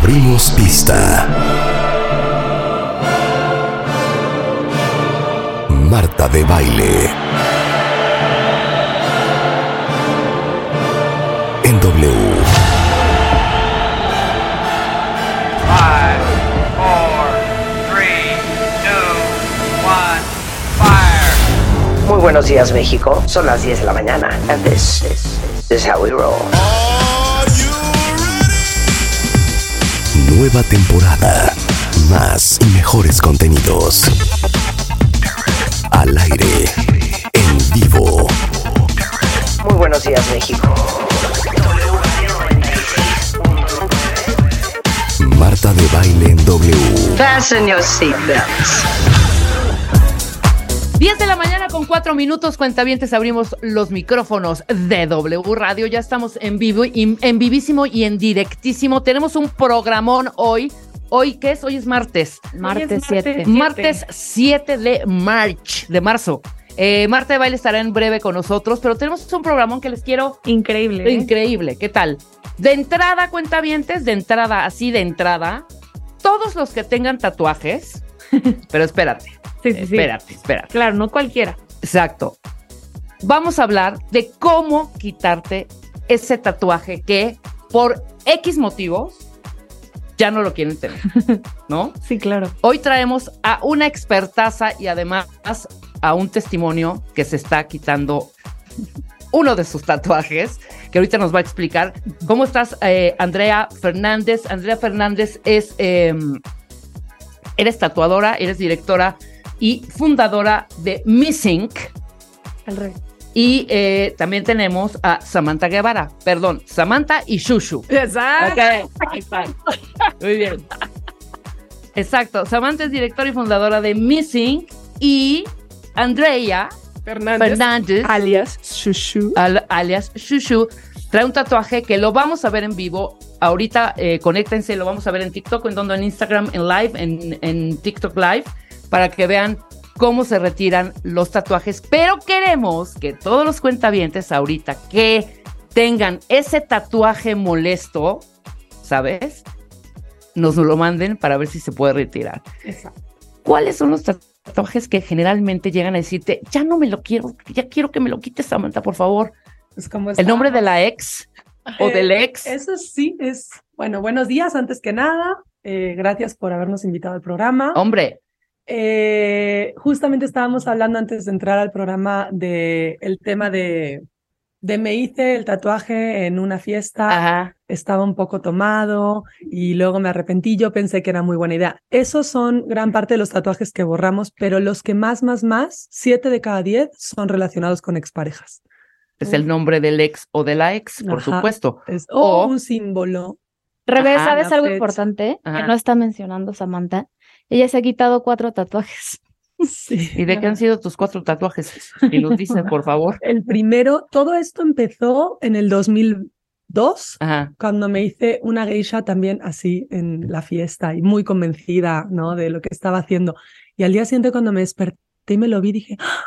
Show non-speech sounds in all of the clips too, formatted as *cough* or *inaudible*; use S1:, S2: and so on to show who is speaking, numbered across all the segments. S1: Abrimos pista. Marta de baile. En W.
S2: Five, four, three, two, one, fire.
S3: Muy buenos días, México. Son las 10 de la mañana. And this is, this is how we roll.
S1: Nueva temporada. Más y mejores contenidos. Al aire. En vivo.
S3: Muy buenos días, México.
S1: Marta de baile en W.
S3: Fasten your seatbelts.
S4: 10 de la mañana con 4 minutos, cuentavientes, abrimos los micrófonos de W Radio. Ya estamos en vivo, y- en vivísimo y en directísimo. Tenemos un programón hoy. ¿Hoy qué es? Hoy es martes.
S5: Martes 7.
S4: Martes 7 de march, de marzo. Eh, Marta de Baile estará en breve con nosotros, pero tenemos un programón que les quiero
S5: Increíble. ¿eh?
S4: increíble. ¿Qué tal? De entrada, cuentavientes, de entrada, así de entrada, todos los que tengan tatuajes, pero espérate,
S5: Sí, sí, sí.
S4: espérate, espérate.
S5: Claro, no cualquiera.
S4: Exacto. Vamos a hablar de cómo quitarte ese tatuaje que por X motivos ya no lo quieren tener, ¿no?
S5: Sí, claro.
S4: Hoy traemos a una expertaza y además a un testimonio que se está quitando uno de sus tatuajes, que ahorita nos va a explicar. ¿Cómo estás, eh, Andrea Fernández? Andrea Fernández es, eh, eres tatuadora, eres directora y fundadora de Missing.
S5: Al revés.
S4: Y eh, también tenemos a Samantha Guevara, perdón, Samantha y Shushu.
S5: Exacto.
S4: *laughs* Muy bien. Exacto. Samantha es directora y fundadora de Missing y Andrea
S6: Fernández.
S4: Fernández,
S6: Alias Shushu.
S4: al- alias Shushu, trae un tatuaje que lo vamos a ver en vivo. Ahorita eh, conéctense, lo vamos a ver en TikTok, en donde en Instagram, en live, en, en TikTok live, para que vean cómo se retiran los tatuajes. Pero queremos que todos los cuentavientes ahorita que tengan ese tatuaje molesto, ¿sabes? Nos lo manden para ver si se puede retirar.
S5: Exacto.
S4: ¿Cuáles son los tatuajes que generalmente llegan a decirte, ya no me lo quiero, ya quiero que me lo quites, Samantha, por favor?
S6: Es como
S4: El nombre de la ex o del ex.
S6: Eh, Eso sí, es. Bueno, buenos días antes que nada. Eh, gracias por habernos invitado al programa.
S5: Oh.
S4: Hombre,
S6: Eh, justamente estábamos hablando antes de entrar al programa de el tema de, de me hice el tatuaje en una fiesta,
S4: ajá,
S6: estaba un poco tomado y luego me arrepentí, yo pensé que era muy buena idea. Esos son gran parte de los tatuajes que borramos, pero los que más, más, más, siete de cada diez son relacionados con exparejas.
S4: es el nombre del ex o de la ex, por
S6: Mm. Ajá.
S4: supuesto.
S6: Es o
S4: O-
S6: un símbolo.
S7: Revés,
S4: Ajá,
S7: ¿sabes
S6: la
S7: algo
S6: fecha.
S7: importante
S4: Ajá.
S7: que no está mencionando Samantha? Ella se ha quitado cuatro tatuajes. *laughs*
S4: ¿Y de qué han sido tus cuatro tatuajes? Y nos dices, por favor.
S6: El primero, todo esto empezó en el 2002,
S4: Ajá,
S6: cuando me hice una geisha también así en la fiesta y muy convencida, ¿no? De lo que estaba haciendo. Y al día siguiente cuando me desperté y me lo vi, dije, "¡Ah!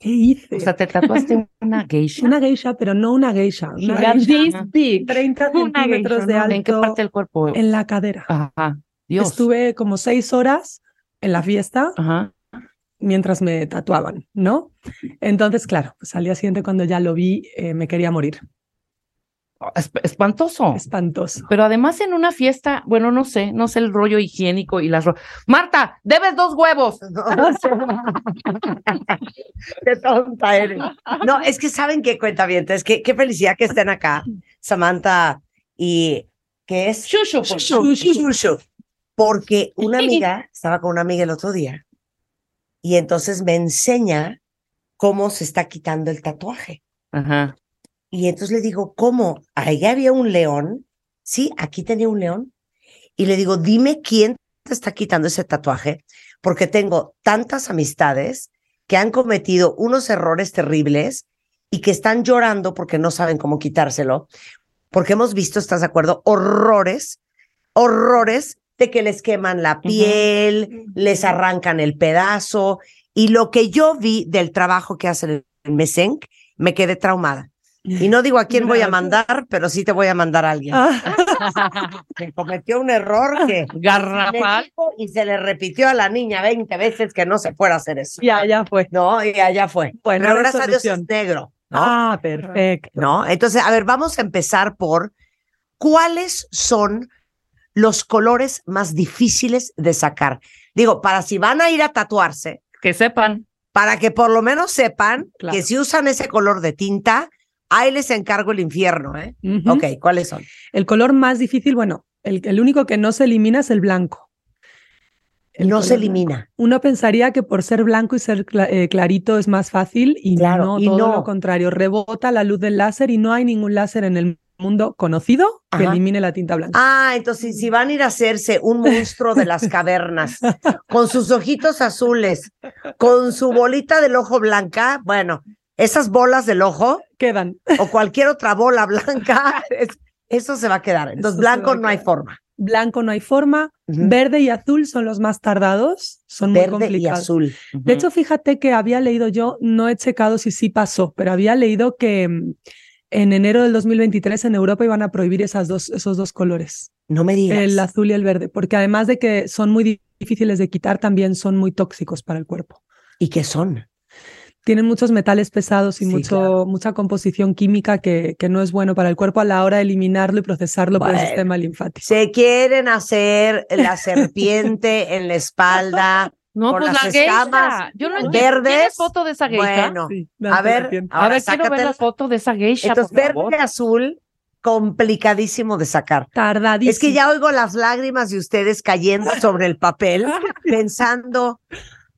S6: ¿qué hice?
S4: o sea, te tatuaste una geisha.
S6: una geisha, pero no una geisha. Una
S4: Gigante.
S6: geisha,
S7: This big.
S4: *laughs*
S6: 30
S7: Una
S6: centímetros
S7: geisha,
S6: de
S7: ¿no?
S6: alto
S4: ¿En qué parte del cuerpo?
S6: en la cadera.
S4: Ajá, Dios.
S6: Estuve como seis horas en la fiesta
S4: Ajá,
S6: mientras me tatuaban, ¿no? Entonces, claro, pues al día siguiente cuando ya lo vi, eh, me quería morir.
S4: Esp- Ah, espantoso.
S6: Espantoso.
S4: Pero además en una fiesta, bueno, no sé, no sé el rollo higiénico y las... ro- Marta, debes dos huevos.
S3: *laughs* Qué tonta eres. No, es que saben qué cuenta bien. Es que qué felicidad que estén acá, Samantha y ¿qué es?
S4: Shushu, pues.
S3: Shushu, Shushu. Porque una amiga estaba con una amiga el otro día y entonces me enseña cómo se está quitando el tatuaje.
S4: Ajá.
S3: Y entonces le digo, ¿cómo? Ahí había un león sí, aquí tenía un león. Y le digo, dime quién te está quitando ese tatuaje, porque tengo tantas amistades que han cometido unos errores terribles y que están llorando porque no saben cómo quitárselo, porque hemos visto, ¿estás de acuerdo? Horrores, horrores de que les queman la piel, les arrancan el pedazo. Y lo que yo vi del trabajo que hacen en Mesenc, me quedé traumada. Y no digo a quién voy a
S6: Gracias.
S3: mandar, pero sí te voy a mandar a alguien. *laughs* Que cometió un error que le
S5: Garrafal.
S3: dijo y se le repitió a la niña 20 veces que no se fuera a hacer eso.
S6: ya, ya fue.
S3: No, y allá fue.
S6: Bueno,
S3: Pero
S6: ahora
S3: gracias a Dios es
S6: solución.
S3: negro, ¿no?
S6: Ah, perfecto.
S3: ¿no? Entonces, a ver, vamos a empezar por cuáles son los colores más difíciles de sacar. Digo, para si van a ir a tatuarse,
S5: Que sepan.
S3: para que por lo menos sepan
S6: Claro.
S3: que si usan ese color de tinta, ahí les encargo el infierno, ¿eh?
S6: Ujú.
S3: Ok, ¿cuáles son?
S6: El color más difícil, bueno, el, el único que no se elimina es el blanco. El
S3: no se
S6: color blanco.
S3: elimina.
S6: Uno pensaría que por ser blanco y ser cla- eh, clarito es más fácil y
S3: Claro,
S6: no,
S3: y
S6: todo
S3: no.
S6: lo contrario. Rebota la luz del láser y no hay ningún láser en el mundo conocido que
S3: Ajá.
S6: elimine la tinta blanca.
S3: Ah, entonces si van a ir a hacerse un monstruo de las cavernas, con sus ojitos azules, con su bolita del ojo blanca, bueno, esas bolas del ojo
S6: Quedan.
S3: o cualquier otra bola blanca, es- eso se va a quedar. Entonces,
S6: Eso se va
S3: blanco
S6: a
S3: no hay
S6: quedar.
S3: forma.
S6: Blanco no hay forma.
S3: Ujú.
S6: Verde y azul son los más tardados. Son muy
S3: Verde y
S6: complicados.
S3: azul.
S6: De hecho, fíjate que había leído yo, no he checado si sí pasó, pero había leído que mm, en enero del 2023 en Europa iban a prohibir esas dos, esos dos colores,
S3: No me digas.
S6: el azul y el verde, porque además de que son muy di- difíciles de quitar, también son muy tóxicos para el cuerpo.
S3: ¿Y qué son?
S6: Tienen muchos metales pesados y
S3: Sí,
S6: mucho,
S3: claro.
S6: mucha composición química que, que no es bueno para el cuerpo a la hora de eliminarlo y procesarlo por
S3: Bueno.
S6: el sistema linfático.
S3: Se quieren hacer la
S6: *laughs*
S3: serpiente en la espalda.
S5: No,
S3: Por
S5: pues
S3: las
S5: la geisha.
S3: escamas
S5: Yo no
S3: verdes.
S5: entiendo. ¿Tienes foto de esa geisha?
S3: Bueno,
S6: Sí,
S3: a
S6: Dante
S3: ver,
S6: Serpiente.
S5: A
S3: ahora
S5: ver, quiero ver
S3: sácatela.
S5: la foto de esa geisha,
S3: Entonces,
S5: por
S3: verde
S5: favor.
S3: y azul, complicadísimo de sacar.
S6: Tardadísimo.
S3: Es que ya oigo las lágrimas de ustedes cayendo sobre
S6: *laughs*
S3: el papel, pensando,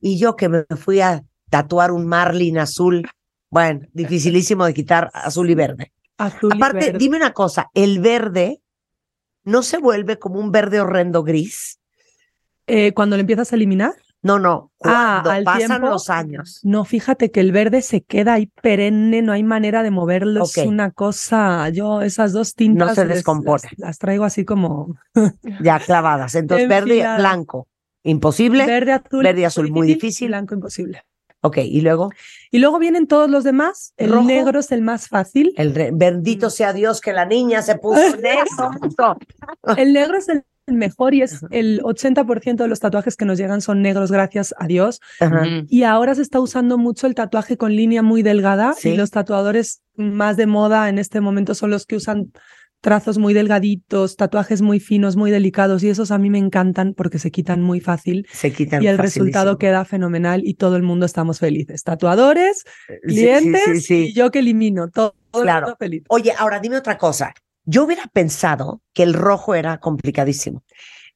S3: y yo que me fui a tatuar un marlin azul. Bueno, dificilísimo de quitar azul y verde.
S6: Azul y
S3: Aparte,
S6: verde.
S3: dime una cosa, el verde no se vuelve como un verde horrendo gris.
S6: Eh, cuando lo empiezas a eliminar,
S3: No, no,
S6: Ah,
S3: cuando
S6: al
S3: pasan
S6: tiempo.
S3: los años.
S6: No, fíjate que el verde se queda ahí perenne, no hay manera de moverlo.
S3: Ok.
S6: Es una cosa, yo esas dos tintas
S3: se
S6: les-
S3: descompone.
S6: Las, las traigo así como
S3: Ya clavadas. Entonces, verde y
S6: Enfiladas.
S3: blanco, imposible.
S6: verde, azul,
S3: Verde y azul, muy difícil.
S6: blanco imposible.
S3: Ok, y luego
S6: Y luego vienen todos los demás. El
S3: Rojo.
S6: negro es el más fácil.
S3: el re- bendito sea Dios que la niña se puso
S6: *laughs*
S3: de eso. Ah.
S6: El negro es el el mejor y es el 80% de los tatuajes que nos llegan son negros, gracias a Dios.
S3: Ajá.
S5: Ujú.
S6: Y ahora se está usando mucho el tatuaje con línea muy delgada
S3: Sí.
S6: y los tatuadores más de moda en este momento son los que usan trazos muy delgaditos, tatuajes muy finos, muy delicados y esos a mí me encantan porque se quitan muy fácil
S3: Se quitan
S6: y el
S3: facilísimo.
S6: resultado queda fenomenal y todo el mundo estamos felices. Tatuadores,
S3: Sí, sí,
S6: clientes
S3: sí, sí.
S6: y yo que elimino, todo, todo el
S3: Claro.
S6: mundo feliz.
S3: Oye, ahora dime otra cosa. Yo hubiera pensado que el rojo era complicadísimo.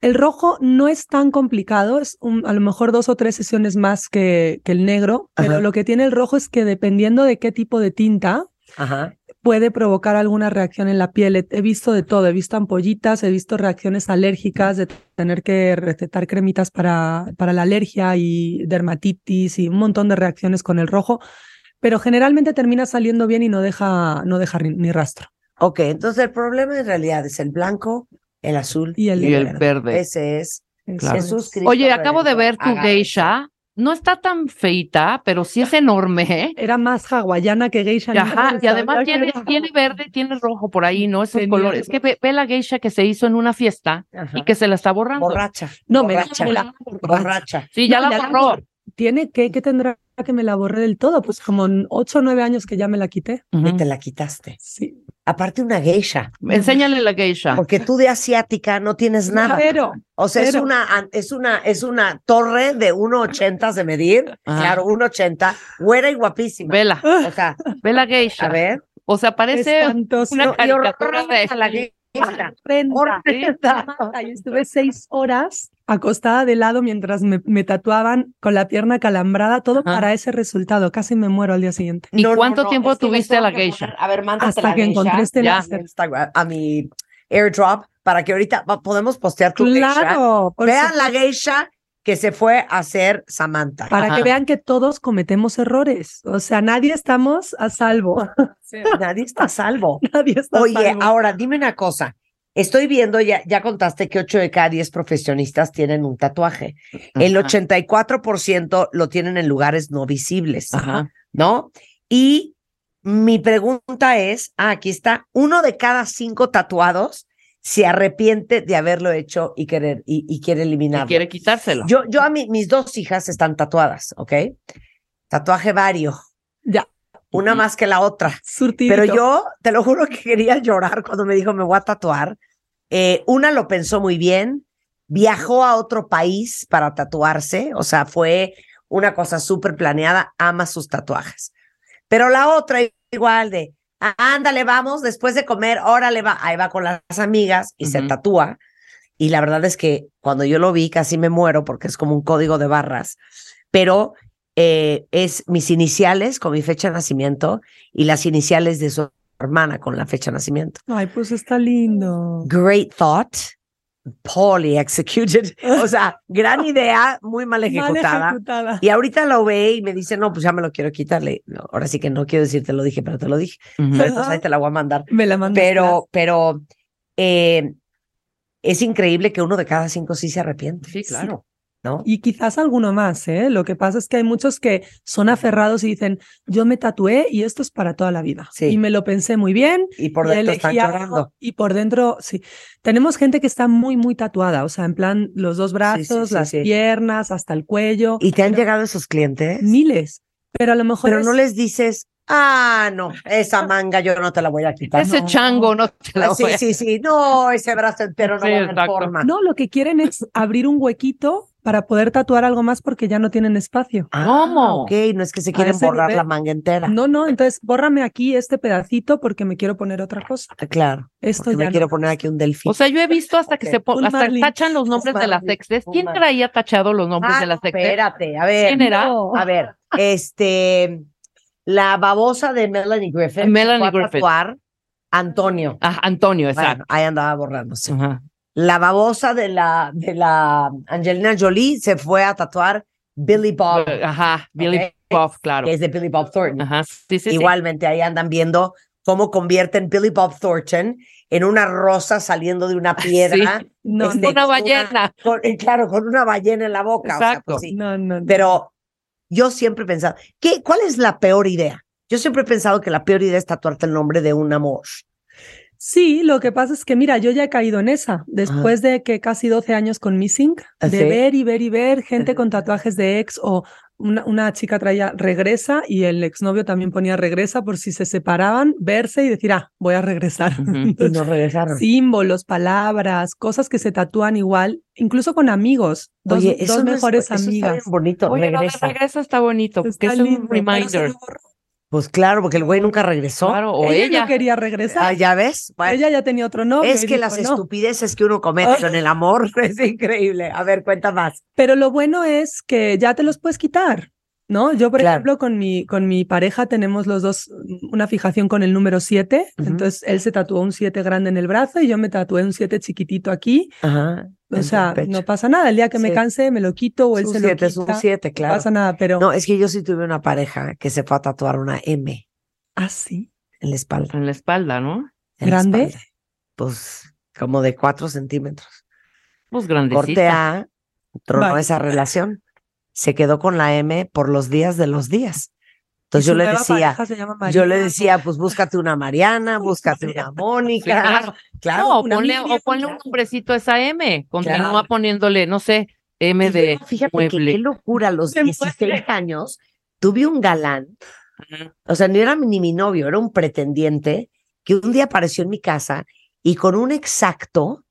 S6: El rojo no es tan complicado, es un- a lo mejor dos o tres sesiones más que, que el negro, pero
S3: Ajá.
S6: lo que tiene el rojo es que dependiendo de qué tipo de tinta,
S3: Ajá.
S6: puede provocar alguna reacción en la piel. He- He visto de todo, he visto ampollitas, he visto reacciones alérgicas, de tener que recetar cremitas para, para la alergia y dermatitis y un montón de reacciones con el rojo, pero generalmente termina saliendo bien y no deja, no deja ri- ni rastro.
S3: Ok, entonces el problema en realidad es el blanco, el azul
S6: Y el-
S5: Y el verde.
S3: Ese es
S5: Claro.
S3: Jesús Cristo.
S5: Oye, acabo de ver tu
S3: Redentor, haga
S5: geisha. No está tan feita, pero sí es enorme, ¿eh?
S6: Era más hawaiana que geisha.
S5: Y
S6: ¿no?
S5: Ajá, y además
S6: Sabía que
S5: tiene,
S6: era-
S5: tiene verde, tiene rojo por ahí, ¿no? Esos
S6: Tenía
S5: colores. Es que ve, ve la geisha que se hizo en una fiesta
S3: eso. Ajá.
S5: y que se la está borrando.
S3: Borracha.
S6: No, me da
S3: borracha.
S6: una
S3: borracha.
S5: Sí, ya
S6: No,
S5: la
S6: ya la
S5: borró.
S6: Tiene que, que tendrá que me la borré del todo, pues como 8 o 9 años que ya me la quité.
S3: Y
S5: Ujú.
S3: te la quitaste.
S6: Sí.
S3: Aparte una geisha,
S5: Enséñale la geisha.
S3: porque tú de asiática no tienes nada.
S6: Pero
S3: O sea, es
S6: Pero-
S3: una, es una, es una torre de 1,80 de medir.
S5: Ajá.
S3: Claro, 1,80. Güera y guapísima.
S5: Vela,
S3: O sea,
S5: vela geisha.
S3: Ah, a ver.
S5: O sea, parece
S6: espantoso.
S5: una
S3: No, y
S5: caricatura de- Ah,
S3: horrenda la geisha.
S6: horrenda.
S3: *laughs* Horrenda.
S6: Marta, y estuve seis horas acostada de lado mientras me, me tatuaban con la pierna calambrada, todo
S5: Ajá.
S6: para ese resultado. Casi me muero al día siguiente.
S5: ¿Y
S3: No, no,
S5: cuánto
S3: no,
S5: tiempo
S3: es que les
S5: tuviste a
S3: tengo
S5: la
S3: que
S5: geisha?
S3: poner- a ver, mándate
S6: Hasta
S3: la
S6: que
S3: geisha.
S6: encontré este
S5: ya.
S6: láser.
S3: Insta- A mi airdrop para que ahorita va- podemos postear tu geisha.
S6: Claro, por
S3: Vean
S6: supuesto,
S3: la geisha que se fue a hacer Samantha.
S6: para
S5: Ajá.
S6: que vean que todos cometemos errores. O sea, nadie estamos a salvo.
S3: Nadie está a salvo.
S6: *laughs* Nadie está a
S3: Oye, ah,
S6: salvo.
S3: ahora dime una cosa. Estoy viendo, ya, ya contaste que 8 de cada 10 profesionistas tienen un tatuaje. El
S5: Ajá.
S3: 84% lo tienen en lugares no visibles,
S5: Ajá.
S3: ¿no? Y mi pregunta es, ah, aquí está, uno de cada cinco tatuados se arrepiente de haberlo hecho y querer y, y quiere
S5: Que
S3: eliminarlo.
S5: quiere quitárselo.
S3: Yo, yo a mí, mis dos hijas están tatuadas, ¿ok? Tatuaje vario.
S6: Ya.
S3: Una
S5: Ujú.
S3: más que la otra.
S6: Surtidito.
S3: Pero yo te lo juro que quería llorar cuando me dijo me voy a tatuar. Eh, una lo pensó muy bien, viajó a otro país para tatuarse, o sea, fue una cosa súper planeada, ama sus tatuajes. Pero la otra igual de, "Ah, ándale, vamos, después de comer, órale, va, ahí va con las amigas y se
S5: Ujú.
S3: tatúa. Y la verdad es que cuando yo lo vi casi me muero porque es como un código de barras, pero eh, es mis iniciales con mi fecha de nacimiento y las iniciales de su hermana con la fecha de nacimiento.
S6: Ay, pues está lindo.
S3: Great thought, poorly executed. O sea, gran idea, muy mal ejecutada.
S6: Mal ejecutada.
S3: Y ahorita lo ve y me dice, no, pues ya me lo quiero quitarle. No, ahora sí que no quiero decir, te lo dije, pero te lo dije.
S5: Ujú.
S3: Entonces ahí te la voy a mandar.
S6: Me la mandas.
S3: Pero, pero eh, es increíble que uno de cada cinco sí se arrepiente.
S5: Sí, claro.
S3: ¿No?
S6: Y quizás alguno más, ¿eh? Lo que pasa es que hay muchos que son aferrados y dicen, yo me tatué y esto es para toda la vida.
S3: Sí.
S6: Y me lo pensé muy bien.
S3: Y por
S6: y
S3: dentro están
S6: elegí algo,
S3: llorando.
S6: Y por dentro, sí. Tenemos gente que está muy, muy tatuada, o sea, en plan los dos brazos,
S3: sí,
S6: las
S3: sí.
S6: piernas, hasta el cuello,
S3: ¿Y te han llegado esos clientes?
S6: miles. Pero a lo mejor
S3: Pero
S6: es-
S3: no les dices, ah, no, esa manga yo no te la voy a quitar.
S5: Ese
S3: No.
S5: chango Ah, no te lo
S3: Ah, sí,
S5: voy a-
S3: sí, sí, no, ese brazo entero no
S5: Sí,
S3: va a dar
S5: exacto.
S3: forma.
S6: No, lo que quieren es abrir un huequito para poder tatuar algo más porque ya no tienen espacio.
S3: Ah,
S5: ¿Cómo?
S3: ok, no es que se
S6: A
S3: quieren
S6: ese
S3: borrar
S6: nivel.
S3: la manga entera.
S6: No, no, entonces bórrame aquí este pedacito porque me quiero poner otra cosa.
S3: Ah, Claro,
S6: Esto
S3: porque
S6: ya
S3: me
S6: no
S3: quiero
S6: me
S3: poner
S6: gusta.
S3: aquí un delfín.
S5: O sea, yo he visto hasta que
S3: Ok.
S5: se po-
S6: Un
S5: hasta
S6: Marlin.
S5: tachan los nombres de las
S3: Marlin,
S5: exes.
S3: un
S5: ¿Quién
S3: Marlin.
S5: traía tachados los nombres
S3: Ah,
S5: Pues, de las exes?
S3: espérate, a ver,
S5: ¿Quién era?
S7: No.
S5: *laughs*
S3: a ver, este, la babosa de Melanie Griffith.
S5: Melanie
S3: fue a
S5: Griffith.
S3: tatuar Antonio.
S5: Ah, Antonio,
S3: Bueno,
S5: exacto.
S3: ahí andaba borrándose.
S5: Ajá.
S3: La babosa de la, de la Angelina Jolie se fue a tatuar Billy Bob, que
S5: Ajá, Billy
S3: Ok.
S5: Bob, claro.
S3: es de Billy Bob Thornton.
S5: Ajá, sí, sí, sí.
S3: Igualmente ahí andan viendo cómo convierten Billy Bob Thornton en una rosa saliendo de una piedra.
S6: No,
S3: Este,
S5: Una
S3: una-
S5: ballena.
S3: con- eh, claro, con una ballena en la boca. o sea,
S5: Exacto.
S3: pues sí.
S6: no, no, no.
S3: Pero yo siempre he pensado, ¿qué, ¿cuál es la peor idea? Yo siempre he pensado que la peor idea es tatuarte el nombre de un amor.
S6: Sí, lo que pasa es que, mira, yo ya he caído en esa, después de que casi 12 años con Missing,
S3: Ah,
S6: de
S3: sí.
S6: ver y ver y ver gente con
S3: Ajá.
S6: tatuajes de ex o una, una chica traía regresa y el exnovio también ponía regresa por si se separaban, verse y decir, ah, voy a regresar. *laughs*
S5: Ujú.
S3: Y no regresaron.
S6: Símbolos, palabras, cosas que se tatúan igual, incluso con amigos, dos,
S3: Oye,
S6: dos
S3: eso no es-
S6: mejores
S3: eso está bien
S6: amigas.
S3: bonito,
S5: Oye, no, de
S3: regresa.
S5: regresa está bonito, porque
S6: Está
S5: es
S6: lindo,
S5: un
S6: pero se
S5: reminder.
S6: lo borró.
S3: Pues claro, porque el güey nunca regresó.
S5: Claro, o
S6: ella,
S5: ella.
S6: no quería regresar,
S3: Ah, ya ves. Bueno,
S6: ella ya tenía otro novio.
S3: es
S6: y
S3: que
S6: dijo,
S3: las
S6: "No".
S3: estupideces que uno comete en el amor *laughs* es increíble. A ver, cuenta más.
S6: Pero lo bueno es que ya te los puedes quitar, ¿no? Yo, por
S3: Claro.
S6: ejemplo, con mi, con mi pareja tenemos los dos mm, una fijación con el número 7.
S3: Ujú.
S6: Entonces, él se tatuó un 7 grande en el brazo y yo me tatué un 7 chiquitito aquí.
S3: Ajá.
S6: O sea,
S3: pecho.
S6: no pasa nada. El día que me
S3: Sí.
S6: canse, me lo quito o él
S3: Sub
S6: se
S3: siete,
S6: lo
S3: sub
S6: quita.
S3: siete,
S6: No
S3: claro.
S6: pasa nada, pero
S3: No, es que yo sí tuve una pareja que se fue a tatuar una M
S6: así.
S3: en la espalda.
S5: En la espalda, ¿no?
S3: en la
S6: ¿Grande?
S3: espalda. Pues como de cuatro centímetros.
S5: Pues grandecita.
S3: Corte A, tronó
S6: Vale.
S3: esa relación. Se quedó con la M por los días de los días. Entonces yo le decía, yo le decía, pues búscate una
S6: *laughs*
S3: Mariana, búscate una
S5: Sí,
S3: Mónica.
S5: claro.
S3: *laughs* Claro,
S5: No, o
S3: una
S5: ponle, o
S3: Miriam,
S5: ponle un
S3: claro.
S5: nombrecito a esa M. Continúa
S3: Claro.
S5: poniéndole, no sé, M
S3: Y yo,
S5: de
S3: fíjate que
S5: mueble.
S3: qué locura, a los
S6: De
S3: 16
S6: mueble.
S3: años tuve un galán,
S5: Ajá.
S3: o sea, no era ni mi novio, era un pretendiente que un día apareció en mi casa y con un exacto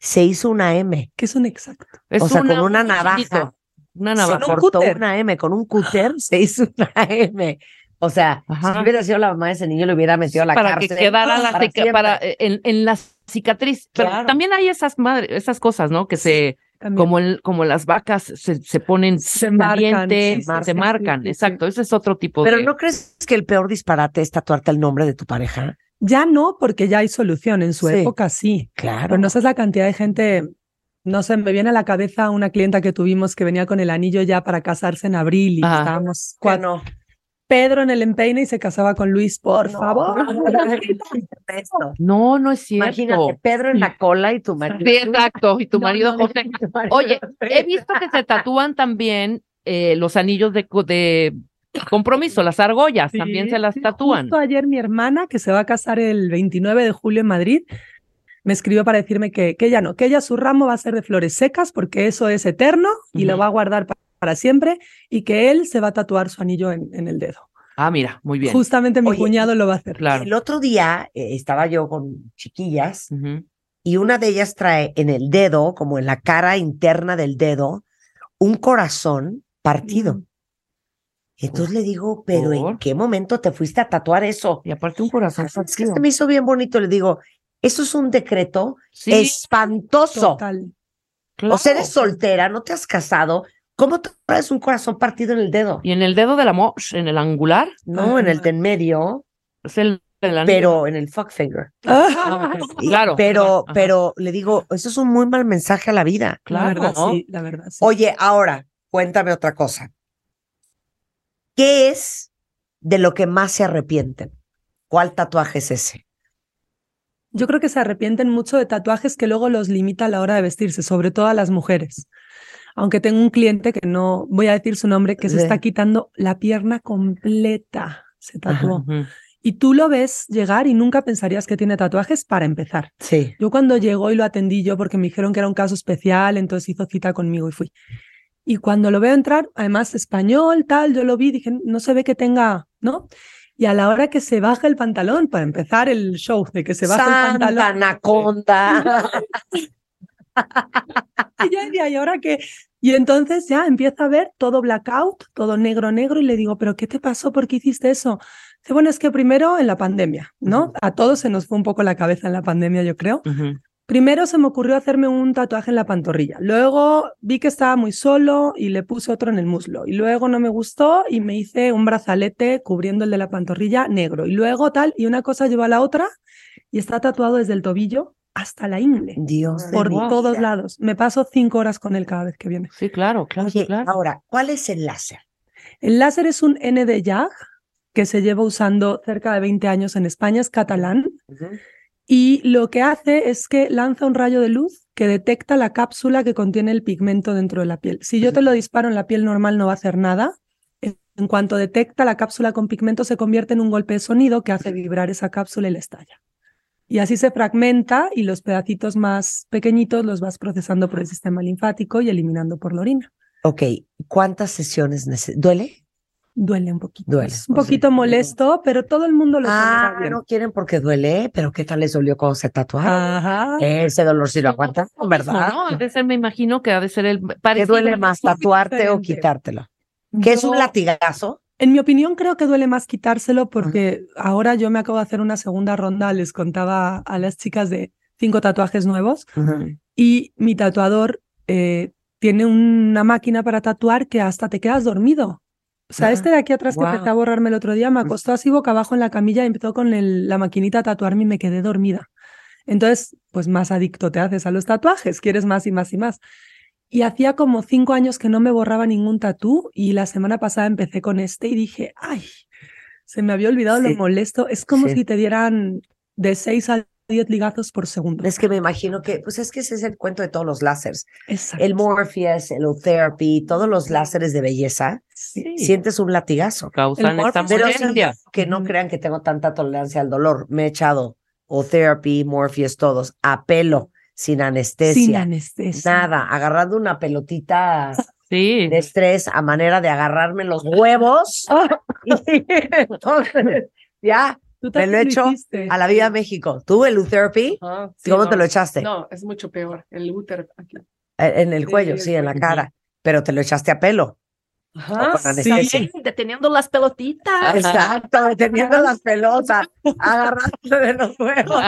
S3: se hizo una M.
S6: que es un exacto.
S5: Es
S3: o sea, con una
S5: un
S3: navaja.
S5: chiquito, Una
S3: Se
S5: navaja.
S6: Con un
S3: cortó
S6: cúter.
S3: una M, con un cúter se hizo una M. O sea,
S5: Ajá.
S3: si hubiera sido la mamá de ese niño, le hubiera metido a la
S5: para
S3: cárcel. Ah,
S5: que quedara la
S3: para
S5: cica- para,
S3: siempre.
S5: eh, en, en la cicatriz. Pero
S3: Claro.
S5: también hay esas madres, esas cosas, ¿no? Que se,
S6: También.
S5: como el, como las vacas se, se ponen
S6: Se marcan,
S5: calientes,
S6: sí, sí,
S5: se
S6: sí,
S5: marcan.
S6: sí, sí, sí.
S5: Exacto, ese es otro tipo
S3: Pero
S5: de.
S3: ¿no crees que el peor disparate es tatuarte el nombre de tu pareja?
S6: Ya no, porque ya hay solución. En su
S3: Sí.
S6: época sí.
S3: Claro.
S6: Pero no sabes la cantidad de gente. No sé, me viene a la cabeza una clienta que tuvimos que venía con el anillo ya para casarse en abril y
S5: Ajá.
S6: estábamos
S3: Que
S6: cuatro.
S3: no.
S6: Pedro en el empeine y se casaba con Luis, por
S3: No, *laughs*
S6: favor.
S3: no, no, no, esto.
S5: No, no es cierto.
S3: Imagínate, Pedro en la cola y tu marido.
S5: Sí, exacto. Y tu
S3: No,
S5: marido
S3: no,
S5: José.
S3: *laughs* tu marido
S5: Oye, eh,
S3: José.
S5: He visto que se tatúan también eh, los anillos de, co- de compromiso, las argollas,
S6: Sí,
S5: también *laughs* se las
S6: sí,
S5: tatúan.
S6: Justo ayer mi hermana, que se va a casar el 29 de julio en Madrid, me escribió para decirme que, que ella no, que ella su ramo va a ser de flores secas porque eso es eterno y lo
S5: Ujú.
S6: va a guardar pa- para siempre y que él se va a tatuar su anillo en, en el dedo.
S5: Ah, mira, muy bien.
S6: Justamente mi
S3: Oye,
S6: cuñado lo va a hacer.
S5: Claro.
S3: El otro día eh, estaba yo con chiquillas
S5: Ujú.
S3: y una de ellas trae en el dedo, como en la cara interna del dedo, un corazón partido. Entonces le digo, pero ¿en
S5: ¿Por?
S3: qué momento te fuiste a tatuar eso?
S5: Y aparte un corazón
S3: Ah, Es que se
S5: partido.
S3: me hizo bien bonito. Le digo, eso es un decreto
S5: Sí,
S3: espantoso.
S6: Total.
S5: claro.
S3: O sea, eres soltera, no te has casado. ¿Cómo te traes un corazón partido en el dedo?
S5: Y en el dedo de la mosh, en el angular,
S3: No, en el de en medio,
S5: es el el anillo.
S3: pero en el fuck finger.
S5: Ah,
S3: Y-
S5: claro.
S3: Pero,
S5: Ajá,
S3: pero le digo, eso es un muy mal mensaje a la vida.
S6: La
S5: Claro.
S6: verdad,
S5: ¿no?
S6: sí, la verdad. sí.
S3: Oye, ahora, cuéntame otra cosa. ¿Qué es de lo que más se arrepienten? ¿Cuál tatuaje es ese?
S6: Yo creo que se arrepienten mucho de tatuajes que luego los limita a la hora de vestirse, sobre todo a las mujeres. Aunque tengo un cliente que no voy a decir su nombre, que se
S3: Sí.
S6: está quitando la pierna completa, se tatuó.
S5: Ujú.
S6: Y tú lo ves llegar y nunca pensarías que tiene tatuajes para empezar.
S3: Sí.
S6: Yo cuando llegó y lo atendí yo porque me dijeron que era un caso especial, entonces hizo cita conmigo y fui. Y cuando lo veo entrar, además español, tal, yo lo vi, dije, no se ve que tenga, ¿no? Y a la hora que se baja el pantalón, para empezar el show de que se baja el
S3: Santa
S6: pantalón,
S3: Anaconda.
S5: *laughs*
S6: y *laughs* ya decía, ¿y ahora qué? Y entonces ya empieza a ver todo blackout, todo negro, negro, y le digo, ¿pero qué te pasó? ¿Por qué hiciste eso? Dice, bueno, es que primero en la pandemia, ¿no? A todos se nos fue un poco la cabeza en la pandemia, yo creo.
S5: Ujú.
S6: Primero se me ocurrió hacerme un tatuaje en la pantorrilla. Luego vi que estaba muy solo y le puse otro en el muslo. Y luego no me gustó y me hice un brazalete cubriendo el de la pantorrilla negro. Y luego tal, y una cosa lleva a la otra y está tatuado desde el tobillo hasta la ingle.
S3: Dios. de
S6: Por
S3: mi
S6: todos
S3: vida.
S6: lados. Me paso cinco horas con él cada vez que viene.
S5: Sí, claro, claro,
S3: Oye,
S5: claro.
S3: ahora, ¿cuál es el láser?
S6: El láser es un N de YAG que se lleva usando cerca de 20 años en España, es catalán. Y lo que hace es que lanza un rayo de luz que detecta la cápsula que contiene el pigmento dentro de la piel. Si yo te lo disparo en la piel normal no va a hacer nada. En cuanto detecta la cápsula con pigmento se convierte en un golpe de sonido que hace vibrar esa cápsula y la estalla. Y así se fragmenta y los pedacitos más pequeñitos los vas procesando por el sistema linfático y eliminando por la orina.
S3: Ok, ¿cuántas sesiones neces- ¿Duele?
S6: Duele un poquito.
S3: Duele,
S6: es un
S3: o sea,
S6: poquito
S3: duele.
S6: molesto, pero todo el mundo lo tolera
S3: Ah,
S6: bien.
S3: no quieren porque duele, pero ¿qué tal les dolió cuando se tatuaron?
S6: Ajá.
S3: Ese dolor sí lo aguantan, ¿verdad?
S5: Ah. No, ha de ser, me imagino que ha de ser el
S3: ¿Qué
S5: parecido.
S3: duele más, tatuarte o
S6: diferente.
S3: quitártelo? ¿Qué es un
S6: Yo-
S3: latigazo?
S6: En mi opinión, creo que duele más quitárselo porque ahora yo me acabo de hacer una segunda ronda, les contaba a las chicas de cinco tatuajes nuevos y mi tatuador eh, tiene una máquina para tatuar que hasta te quedas dormido. O sea,
S3: Ah,
S6: este de aquí atrás que
S3: guau.
S6: empecé a borrarme el otro día me acostó así boca abajo en la camilla y empezó con el- la maquinita a tatuarme y me quedé dormida. Entonces, pues más adicto te haces a los tatuajes, quieres más y más y más. Y hacía como cinco años que no me borraba ningún tatú y la semana pasada empecé con este y dije, ay, se me había olvidado
S3: Sí.
S6: lo molesto. Es como
S3: Sí.
S6: si te dieran de seis a diez ligazos por segundo.
S3: Es que me imagino que, pues es que ese es el cuento de todos los láseres.
S6: Exacto.
S3: El Morpheus, el Therapy, todos los láseres de belleza,
S5: Sí.
S3: sientes un latigazo.
S5: Causan eh,
S6: El
S5: esta
S6: morfo,
S3: pero
S5: molestia.
S3: Que no
S6: Ujú.
S3: crean que tengo tanta tolerancia al dolor. Me he echado o Therapy, Morpheus, todos, a pelo, sin
S6: Sin
S3: anestesia.
S6: anestesia.
S3: Nada, agarrando una pelotita
S5: Sí.
S3: de estrés a manera de agarrarme los
S6: *laughs*
S3: huevos. y *laughs* entonces, ya,
S6: Tú
S3: Me lo
S6: también
S3: he hecho
S6: hiciste.
S3: a la vida México. ¿Tú el Therapy?
S5: Ah,
S4: Ajá, sí,
S3: ¿Cómo
S4: no,
S3: te lo echaste?
S4: No, es mucho peor. El útero aquí.
S3: Eh, En el
S4: Sí,
S3: cuello,
S4: el
S3: sí, en la
S4: cuello.
S3: cara. Pero te lo echaste a pelo.
S4: Ajá,
S3: O con anestesia.
S4: deteniendo las pelotitas.
S3: Exacto, deteniendo las pelotas, agarrándote de los huevos.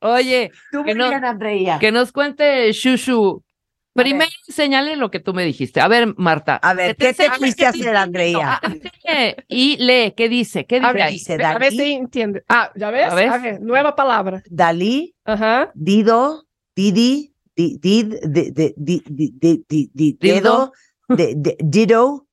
S5: Oye,
S3: Tú
S5: Que
S3: muy
S5: no-
S3: bien, Andrea.
S5: que nos cuente Shushu. Primero señalé lo que tú me dijiste. A ver, Marta.
S3: A ver,
S5: que
S3: ¿qué te
S5: enseñe,
S3: fuiste
S5: que
S3: a
S5: te
S3: hacer, Andrea?
S5: enseñe Y lee, ¿qué dice? ¿Qué
S4: A
S5: dice
S4: ver,
S5: ahí?
S3: dice
S4: a ver
S3: Dalí,
S4: si entiende. Ah, ¿ya ves?
S5: ¿Ya ves?
S4: A ver, nueva palabra.
S3: Dalí,
S4: Ajá.
S3: Dido, Didi, di- Did, de- de- di- di- di- di- di- Dedo,
S5: Dildo.
S3: de- de- Dido,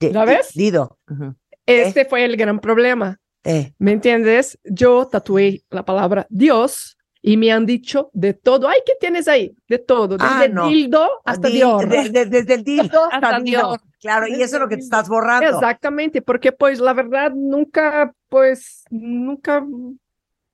S3: de-
S4: ¿Ya ves?
S3: Dido.
S5: Ujú.
S4: Este fue el gran problema.
S3: Eh,
S4: ¿Me entiendes? Yo tatué la palabra Dios y me han dicho de todo. Ay, ¿qué tienes ahí? De todo. Desde
S3: Ah, no.
S4: dildo hasta
S3: di-
S4: Dior.
S3: de- de- desde el
S4: *laughs*
S3: Dildo hasta,
S5: Hasta
S3: Dido.
S5: Dior.
S3: Claro, y eso es lo que te estás borrando.
S4: Exactamente, porque pues la verdad nunca, pues nunca...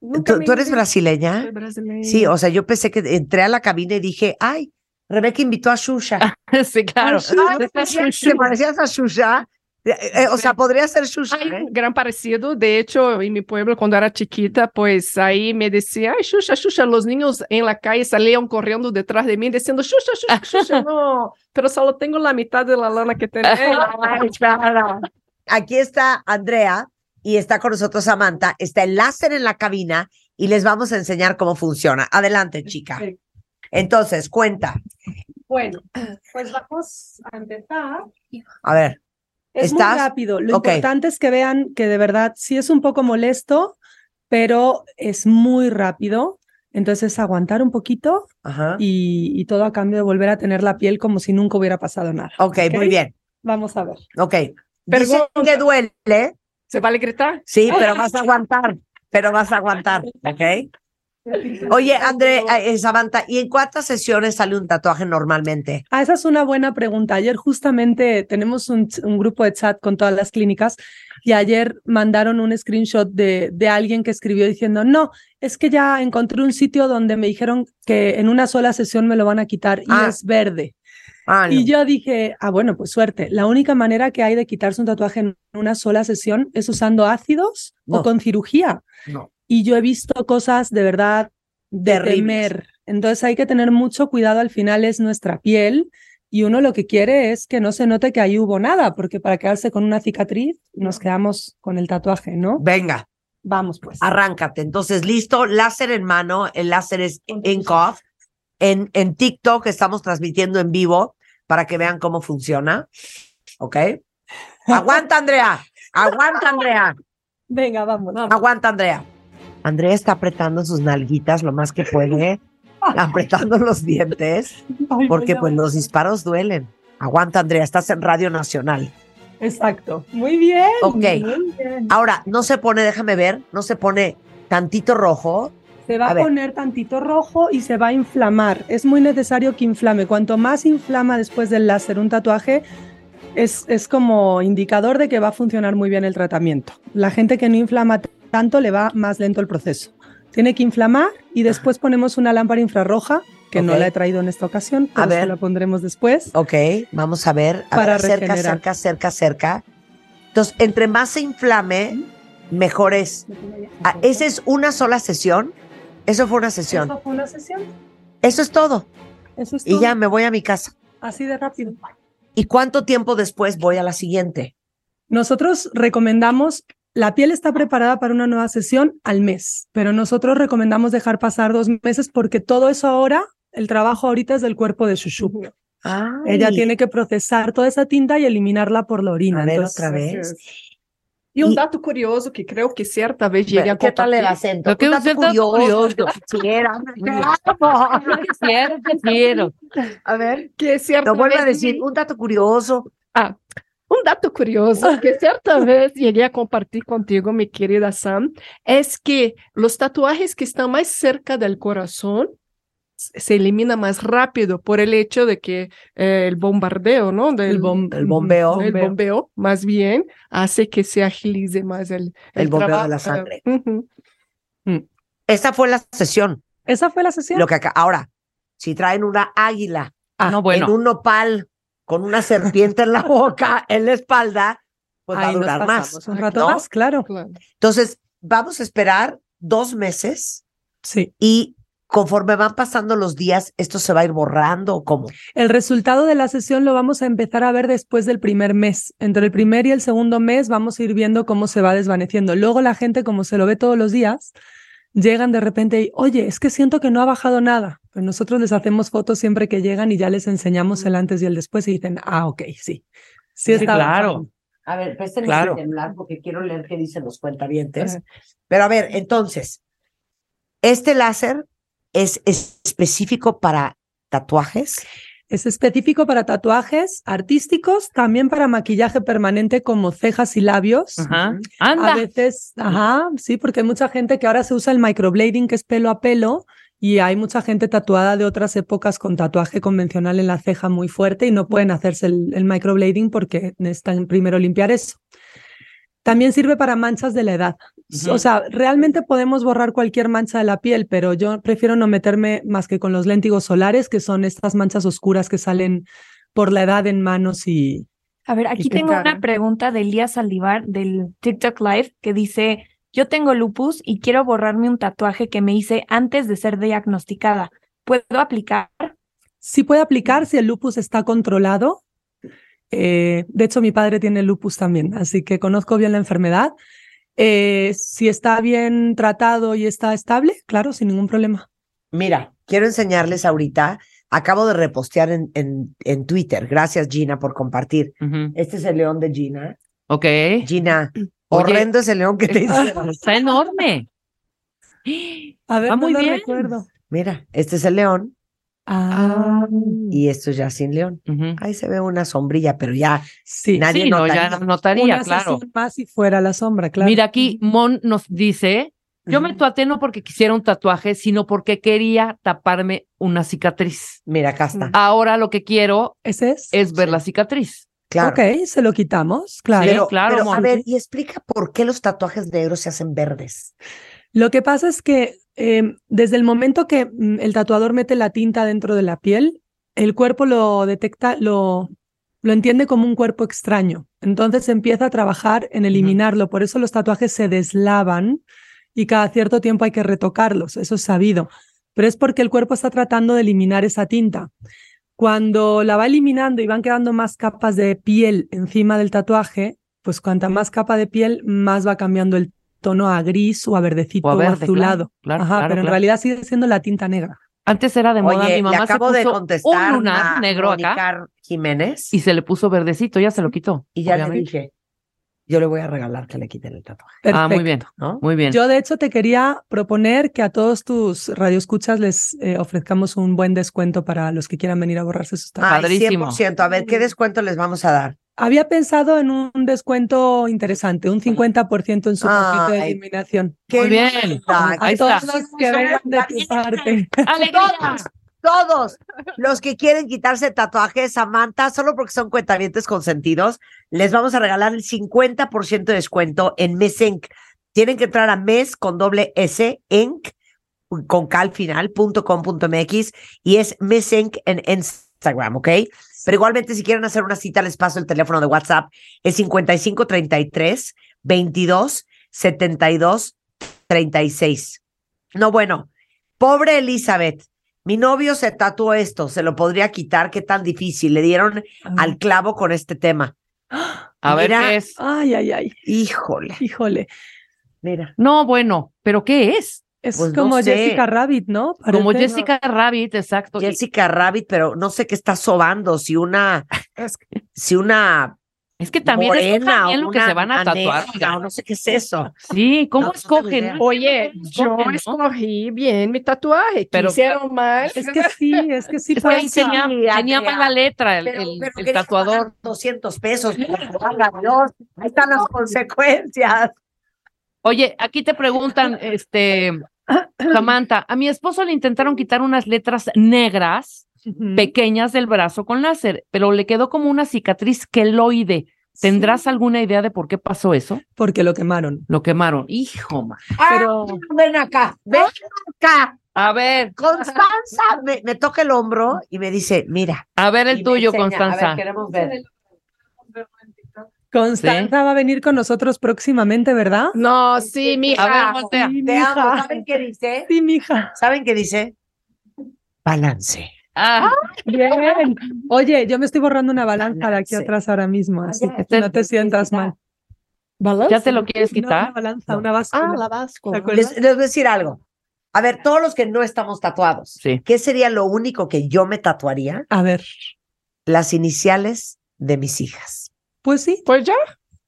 S4: nunca
S3: ¿Tú,
S4: me
S3: tú eres
S4: inventé-
S3: brasileña?
S4: Soy brasileña.
S3: Sí, o sea, yo pensé que entré a la cabina y dije, ay, Rebeca invitó a Shusha.
S5: *laughs* Sí, claro.
S3: Ay, ¿te parecías- ¿Te parecías a Shusha? Eh, eh, o sea, podría ser Shusha.
S4: Hay
S3: ¿eh?
S4: un gran parecido, de hecho, en mi pueblo cuando era chiquita, pues ahí me decía, ay, Xuxa, Xuxa, los niños en la calle salían corriendo detrás de mí diciendo, Xuxa, Xuxa,
S3: *laughs*
S4: Xuxa, no, pero solo tengo la mitad de la lana que tengo.
S3: Ah, Aquí está Andrea y está con nosotros Samantha. Está el láser en la cabina y les vamos a enseñar cómo funciona. Adelante, chica. Entonces, cuenta.
S6: Bueno, pues vamos a empezar.
S3: A ver,
S6: Es
S3: ¿Estás?
S6: muy rápido. Lo
S3: Ok.
S6: importante es que vean que de verdad sí es un poco molesto, pero es muy rápido. Entonces, aguantar un poquito
S3: ajá.
S6: y, y todo a cambio de volver a tener la piel como si nunca hubiera pasado nada.
S3: Ok, muy
S6: ¿ok?
S3: bien.
S6: Vamos a ver.
S3: Ok. Dicen
S4: Pregunta.
S3: que duele,
S4: ¿Se vale gritar?
S3: sí, pero vas a aguantar. Pero vas a aguantar, ¿ok?
S6: Pues
S3: Oye, André, eh, Samantha, ¿y en cuántas sesiones sale un tatuaje normalmente?
S6: Ah, esa es una buena pregunta. Ayer justamente tenemos un, ch- un grupo de chat con todas las clínicas y ayer mandaron un screenshot de, de alguien que escribió diciendo, no, es que ya encontré un sitio donde me dijeron que en una sola sesión me lo van a quitar y
S3: Ah.
S6: es verde.
S3: Ah, no.
S6: Y yo dije, ah, bueno, pues suerte. La única manera que hay de quitarse un tatuaje en una sola sesión es usando ácidos
S3: No.
S6: o con cirugía.
S3: No.
S6: Y yo he visto cosas de verdad de
S3: Terribles.
S6: temer. Entonces hay que tener mucho cuidado. Al final es nuestra piel y uno lo que quiere es que no se note que ahí hubo nada, porque para quedarse con una cicatriz nos quedamos con el tatuaje, ¿no?
S3: Venga,
S6: Vamos pues.
S3: arráncate. Entonces, listo, láser en mano, el láser es Ink Off. En, en TikTok estamos transmitiendo en vivo para que vean cómo funciona.
S6: *laughs*
S3: ¿Ok? Aguanta, Andrea. Aguanta, Andrea.
S6: Venga, vamos.
S3: Aguanta, Andrea. Andrea está apretando sus nalguitas lo más que
S6: *laughs*
S3: puede, apretando los dientes,
S6: Ay,
S3: porque
S6: ya.
S3: pues los disparos duelen. Aguanta, Andrea, estás en Radio Nacional.
S6: Exacto. Muy bien.
S3: Ok.
S6: muy bien.
S3: Ahora, no se pone, déjame ver, no se pone tantito rojo.
S6: Se va
S3: A
S6: a,
S3: ver.
S6: poner tantito rojo y se va a inflamar. Es muy necesario que inflame. Cuanto más inflama después del láser un tatuaje, es, es como indicador de que va a funcionar muy bien el tratamiento. La gente que no inflama t- tanto le va más lento el proceso. Tiene que inflamar y después ponemos una lámpara infrarroja, que no
S3: Ok.
S6: la he traído en esta ocasión,
S3: A
S6: pero se
S3: ver.
S6: la pondremos después.
S3: Ok, vamos a ver. A
S6: Para
S3: ver, cerca,
S6: regenerar.
S3: cerca, cerca, cerca. Entonces, entre más se inflame, mejor es. Ah, ¿Esa es una sola sesión? Eso fue una sesión.
S6: ¿Eso fue una sesión?
S3: Eso es todo.
S6: Eso es
S3: Y
S6: todo.
S3: ya me voy a mi casa.
S6: Así de rápido.
S3: ¿Y cuánto tiempo después voy a la siguiente?
S6: Nosotros recomendamos, la piel está preparada para una nueva sesión al mes, pero nosotros recomendamos dejar pasar dos meses porque todo eso ahora, el trabajo ahorita es del cuerpo de Shushu. Ella
S3: Ay,
S6: tiene que procesar toda esa tinta y eliminarla por la orina.
S3: A ver,
S6: Entonces,
S3: otra vez.
S4: Y un
S3: Y-
S4: dato curioso que creo que cierta vez llegué a compartir.
S3: acento?
S5: Lo que
S3: Un
S5: un
S3: dato
S5: acento
S3: curioso.
S5: curioso.
S3: *laughs* Quiera,
S5: bien.
S3: bravo.
S5: Quiero, quiero.
S4: A ver, que cierta
S3: Lo vuelvo
S4: vez
S6: Pues
S3: a decir, un dato curioso.
S4: Ah, un dato curioso que cierta vez llegué a compartir contigo, mi querida Sam, es que los tatuajes que están más cerca del corazón s- se eliminan más rápido por el hecho de que eh, el bombardeo, ¿no? Del,
S6: El, bom-
S3: El bombeo.
S4: el bombeo, más bien, hace que se agilice más el,
S3: El bombeo de
S4: trabajo,
S3: la
S4: eh,
S3: sangre.
S4: ujú.
S3: Esta fue la sesión.
S6: Esa fue la sesión.
S3: Lo que acá, ahora, si traen una águila
S6: Ah,
S5: no,
S3: en
S5: bueno.
S3: un nopal con una
S6: *laughs*
S3: serpiente en la boca, en la espalda, pues va a
S6: Ahí nos
S3: durar más.
S6: pasamos Un rato
S3: ¿no?
S6: más, claro.
S4: Claro.
S3: Entonces, vamos a esperar dos meses
S6: Sí.
S3: y conforme van pasando los días, esto se va a ir borrando o cómo.
S6: El resultado de la sesión lo vamos a empezar a ver después del primer mes. Entre el primer y el segundo mes vamos a ir viendo cómo se va desvaneciendo. Luego la gente, como se lo ve todos los días, llegan de repente y, oye, es que siento que no ha bajado nada. Pero nosotros les hacemos fotos siempre que llegan y ya les enseñamos el antes y el después y dicen, ah, ok, sí. Sí, está
S5: claro.
S3: A ver, préstenme
S5: Claro.
S3: este temblar porque quiero leer qué dicen los cuentavientes. Pero a ver, entonces, ¿este láser es específico para tatuajes?
S6: Es específico para tatuajes artísticos, también para maquillaje permanente como cejas y labios.
S5: Ajá.
S6: A
S5: Anda.
S6: veces, ajá, sí, porque hay mucha gente que ahora se usa el microblading, que es pelo a pelo, y hay mucha gente tatuada de otras épocas con tatuaje convencional en la ceja muy fuerte y no pueden hacerse el, el microblading porque necesitan primero limpiar eso. También sirve para manchas de la edad.
S5: Ujú.
S6: O sea, realmente podemos borrar cualquier mancha de la piel, pero yo prefiero no meterme más que con los léntigos solares, que son estas manchas oscuras que salen por la edad en manos y...
S7: A ver, aquí
S6: te
S7: tengo una
S6: cagan.
S7: pregunta de Elías Saldívar del TikTok Live que dice, yo tengo lupus y quiero borrarme un tatuaje que me hice antes de ser diagnosticada. ¿Puedo aplicar?
S6: Sí puede aplicar si el lupus está controlado. Eh, de hecho, mi padre tiene lupus también, así que conozco bien la enfermedad. Eh, si está bien tratado y está estable, claro, sin ningún problema.
S3: Mira, quiero enseñarles ahorita. Acabo de repostear en, en, en Twitter. Gracias, Gina, por compartir.
S5: Ujú.
S3: Este es el león de
S5: *clears throat*
S3: Gina.
S5: Ok.
S3: Gina, horrendo es el león que te hice.
S5: Está enorme.
S6: A ver,
S5: Ah,
S6: no
S5: muy
S6: lo
S5: bien.
S6: recuerdo.
S3: Mira, este es el león
S6: Ah,
S3: y esto es ya sin león.
S5: Ujú.
S3: Ahí se ve una sombrilla, pero ya.
S6: sí.
S3: Nada, nadie
S5: sí, no,
S3: notaría.
S5: ya no notaría,
S6: Una
S5: claro.
S6: sesión más y fuera la sombra, claro.
S5: Mira, aquí Mon nos dice, yo me tatué no porque quisiera un tatuaje, sino porque quería taparme una cicatriz.
S3: Mira, acá está.
S5: Ahora lo que quiero
S6: ese es.
S5: es ver la cicatriz.
S3: Claro.
S6: Ok, se lo quitamos, claro.
S5: Sí, claro,
S3: pero, a
S5: Mon.
S3: ver, y explica por qué los tatuajes negros se hacen verdes.
S6: Lo que pasa es que eh, desde el momento que mm, el tatuador mete la tinta dentro de la piel, el cuerpo lo detecta, lo, lo entiende como un cuerpo extraño. Entonces empieza a trabajar en eliminarlo. Por eso los tatuajes se deslavan y cada cierto tiempo hay que retocarlos. Eso es sabido. Pero es porque el cuerpo está tratando de eliminar esa tinta. Cuando la va eliminando y van quedando más capas de piel encima del tatuaje, pues cuanta más capa de piel, más va cambiando el tono a gris o a verdecito
S5: O
S6: o,
S5: a verde,
S6: azulado.
S5: claro, claro,
S6: Ajá,
S5: claro,
S6: pero en
S5: claro.
S6: realidad sigue siendo la tinta negra.
S5: Antes era de moda,
S3: Oye,
S5: mi
S3: le
S5: mamá se
S3: acabo de
S5: puso
S3: contestar
S5: un lunar
S3: a
S5: negro acá
S3: Mónica Jiménez
S5: y
S3: y,
S5: se le puso verdecito, ya se lo quitó.
S3: ya le
S5: obviamente.
S3: dije, yo le voy a regalar que le quiten el tatuaje,
S5: Ah, muy
S6: Perfecto.
S5: bien,
S3: ¿no?
S5: muy bien.
S6: Yo, de hecho, te quería proponer que a todos tus radioescuchas les eh, ofrezcamos un buen descuento para los que quieran venir a borrarse sus
S5: Ah.
S6: tatuajes.
S3: Ay,
S5: padrísimo.
S3: 100%. A ver, ¿qué descuento les vamos a dar?
S6: Había pensado en un descuento interesante, un 50% en su paquete de
S3: Ay.
S6: eliminación.
S3: ¿Qué
S5: Muy bien.
S3: linda!
S6: A
S5: Ah, Ahí
S6: todos
S5: está.
S6: los que vengan de
S5: *laughs*
S6: tu parte.
S5: ¡Alegría!
S3: Todos los que quieren quitarse tatuajes, Samantha, solo porque son cuentavientes consentidos, les vamos a regalar el 50% de descuento en Mes Inc. Tienen que entrar a mes con doble S, Inc, con cal final, punto com, punto MX, y es Mes Inc en Instagram, ¿ok? Pero igualmente, si quieren hacer una cita, les paso el teléfono de WhatsApp, es 5533 22 72 36. No, bueno, pobre Elizabeth. Mi novio se tatuó esto, se lo podría quitar, qué tan difícil. Le dieron al clavo con este tema.
S5: A ver
S3: Mira.
S5: qué es.
S6: Ay, ay, ay.
S3: Híjole,
S6: Híjole.
S3: mira.
S5: No, bueno, pero ¿qué es?
S6: Es
S3: Pues no
S6: como
S3: sé.
S6: Jessica Rabbit, ¿no?
S5: Como
S6: Parece.
S5: Jessica Rabbit, exacto. y-
S3: Jessica Rabbit, pero no sé qué está sobando, si *laughs* una, si una
S5: Es que también es
S3: morena
S5: también
S3: o
S5: lo que
S3: una
S5: se van a tatuar.
S3: aneja,
S5: oigan.
S3: o no sé qué es eso.
S5: Sí, ¿cómo
S3: No, no tengo idea.
S5: escogen?
S4: Oye, yo
S5: Escogen, ¿no?
S4: escorri bien mi tatuaje,
S5: Pero-
S4: quisieron mal.
S6: Es que sí, es que sí
S5: Es que ahí
S6: pasa.
S5: tenía,
S3: Andrea.
S5: tenía mala letra el,
S3: Pero-
S5: el-
S3: pero
S5: el
S3: quería
S5: tatuador.
S3: pagar 200 pesos, pero valga Dios, ahí están las consecuencias.
S5: Oye, aquí te preguntan, este, Samantha, a mi esposo le intentaron quitar unas letras negras
S6: Ujú.
S5: pequeñas del brazo con láser, pero le quedó como una cicatriz queloide. ¿Tendrás alguna idea de por qué pasó eso?
S6: Porque lo quemaron.
S5: Lo quemaron. Hijo, ma.
S6: Pero-
S3: Ah, ven acá, ven acá.
S5: A ver,
S3: Constanza me, me toca el hombro y me dice, mira.
S5: a ver
S3: y
S5: el
S3: me
S5: tuyo,
S3: enseña. A
S5: Constanza.
S3: ver, queremos ver.
S6: Constanza va a venir con nosotros próximamente, ¿verdad?
S4: No, sí, mija.
S5: A ver, voltea.
S6: Sí,
S3: Te
S6: mija.
S3: amo. ¿Saben qué dice?
S6: Sí, mija.
S3: ¿Saben qué dice? Balance.
S5: Ah,
S6: Bien. Oye, yo me estoy borrando una balanza de aquí
S3: Sí.
S6: atrás ahora mismo, así
S3: Oye,
S6: que no te sientas mal.
S4: Balanza.
S5: ¿Ya te lo quieres
S6: Una
S5: quitar?
S6: balanza,
S5: No.
S6: una
S4: Ah,
S6: báscula.
S4: la vasco.
S6: ¿Te acuerdas?
S3: Les, les voy a decir algo. A ver, todos los que no estamos tatuados,
S5: Sí.
S3: ¿qué sería lo único que yo me tatuaría?
S6: A ver,
S3: Las iniciales de mis hijas.
S6: pues sí,
S4: Pues ya.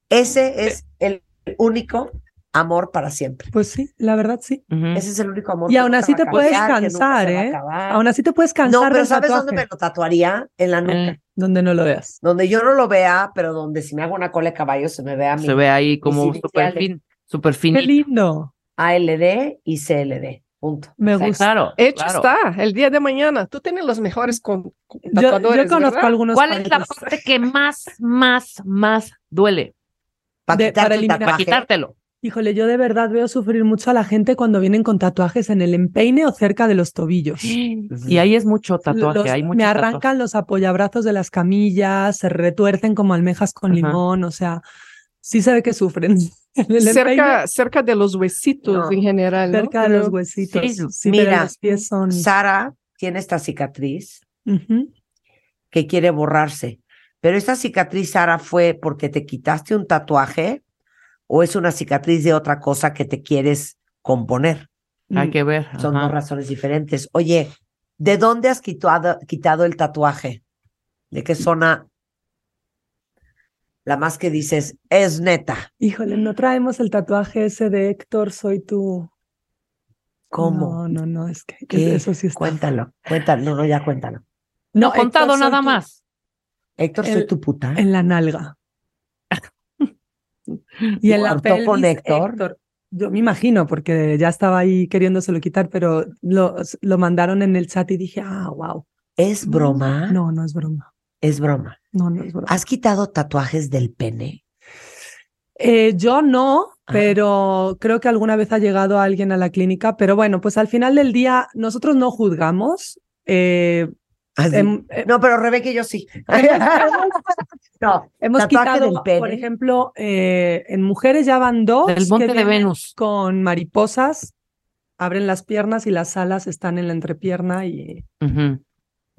S3: Ese es el único amor para siempre.
S6: pues sí, la verdad sí.
S5: Ujú.
S3: Ese es el único amor.
S6: Y
S3: que
S6: aún
S3: nunca
S6: así
S3: va a
S6: te puedes
S3: acabar, que nunca
S6: cansar,
S3: se va a
S6: ¿eh?
S3: acabar.
S6: Aún así te puedes
S3: No,
S6: cansar
S3: pero
S6: del
S3: ¿sabes dónde me
S6: tatuaje,
S3: lo tatuaría? En la nuca.
S5: Eh,
S6: donde no lo veas.
S3: Donde yo no lo vea, pero donde si me hago una cola de caballo se me vea mi
S5: Se ve ahí como
S3: iniciales.
S5: súper fin, súper
S6: Qué
S5: finito.
S6: lindo.
S3: ALD y CLD. Punto.
S6: Me
S3: Sí.
S6: gusta.
S5: Claro,
S4: Hecho
S5: claro.
S4: está, el día de mañana. Tú tienes los mejores con, con
S6: Yo- Yo,
S4: tatuadores,
S6: conozco
S4: ¿verdad?
S6: algunos.
S5: ¿Cuál es la
S6: padres.
S5: parte que más, más, más duele?
S3: Pa'
S6: De-
S3: quitarte
S6: para
S3: un
S6: eliminar-
S5: Para
S3: tatuaje.
S5: quitártelo.
S6: Híjole, yo de verdad veo sufrir mucho a la gente cuando vienen con tatuajes en el empeine o cerca de los tobillos.
S5: Y ahí es mucho tatuaje,
S6: Los-
S5: hay mucho
S6: me
S5: tatuaje.
S6: arrancan los apoyabrazos de las camillas, se retuercen como almejas con
S5: Ajá.
S6: limón, o sea, sí se ve que sufren. *laughs* En el
S4: cerca, cerca de los huesitos
S3: No.
S4: en general. ¿no?
S6: empeine, cerca de
S4: Creo.
S6: los huesitos.
S5: Sí,
S6: Sí, pero
S3: mira.
S6: los pies son.
S3: Sara tiene esta cicatriz
S6: Ujú.
S3: que quiere borrarse. Pero esta cicatriz, Sara, fue porque te quitaste un tatuaje o es una cicatriz de otra cosa que te quieres componer.
S5: Hay que ver.
S3: Son
S5: ajá.
S3: dos razones diferentes. Oye, ¿de dónde has quitado, quitado el tatuaje? ¿De qué zona? La más que dices, es neta.
S6: Híjole, no traemos el tatuaje ese de Héctor, soy tú.
S3: ¿Cómo?
S6: No, no, no, es que
S3: ¿Qué?
S6: eso sí está.
S3: Cuéntalo, cuéntalo. No, no, ya cuéntalo.
S5: No,
S6: Héctor,
S5: contado
S6: soy
S5: nada
S6: tú,
S5: más.
S3: Héctor, soy
S6: El-
S3: tu puta.
S6: En la nalga. Y en la
S3: ¿Cortó
S6: pelvis,
S3: con Héctor?
S6: Yo me imagino, porque ya estaba ahí queriéndoselo quitar, pero lo, lo mandaron en el chat y dije, ah, wow.
S3: ¿Es broma?
S6: No, no es broma.
S3: Es broma.
S6: No, no es broma.
S3: ¿Has quitado tatuajes del pene?
S6: Eh, yo no,
S3: Ah.
S6: pero creo que alguna vez ha llegado alguien a la clínica. Pero bueno, pues al final del día, nosotros no juzgamos. eh,
S3: Así.
S6: hem- eh,
S3: Ah, No, pero Rebeca y yo sí. no,
S6: hemos
S3: Tatuaje
S6: quitado,
S3: del pene.
S6: por ejemplo, eh, en mujeres ya van dos.
S5: Del
S6: que
S5: monte de
S6: vienen
S5: Venus.
S6: con mariposas, abren las piernas y las alas están en la entrepierna y
S5: Ujú.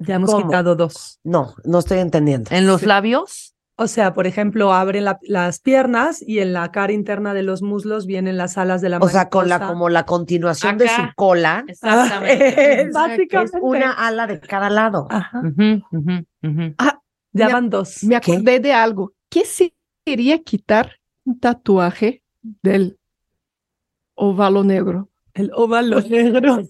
S6: ya hemos
S3: ¿Cómo?
S6: quitado dos.
S3: no, no estoy entendiendo.
S5: En los
S6: Sí.
S5: labios.
S6: O sea, por ejemplo, abren la- las piernas y en la cara interna de los muslos vienen las alas de la
S3: O sea, con la
S6: mariposa. *laughs*
S3: como la continuación de su
S5: Acá.
S3: cola
S6: Ah, eh. Exactamente.
S3: es
S6: Básicamente.
S3: una ala de cada lado.
S6: Ajá.
S5: Ujú, ujú, ujú.
S6: Ya
S4: Ya-
S6: van dos.
S4: Me
S3: ¿Qué?
S4: acordé de algo. ¿Qué se quería quitar un tatuaje del ovalo negro?
S6: El óvalo negro.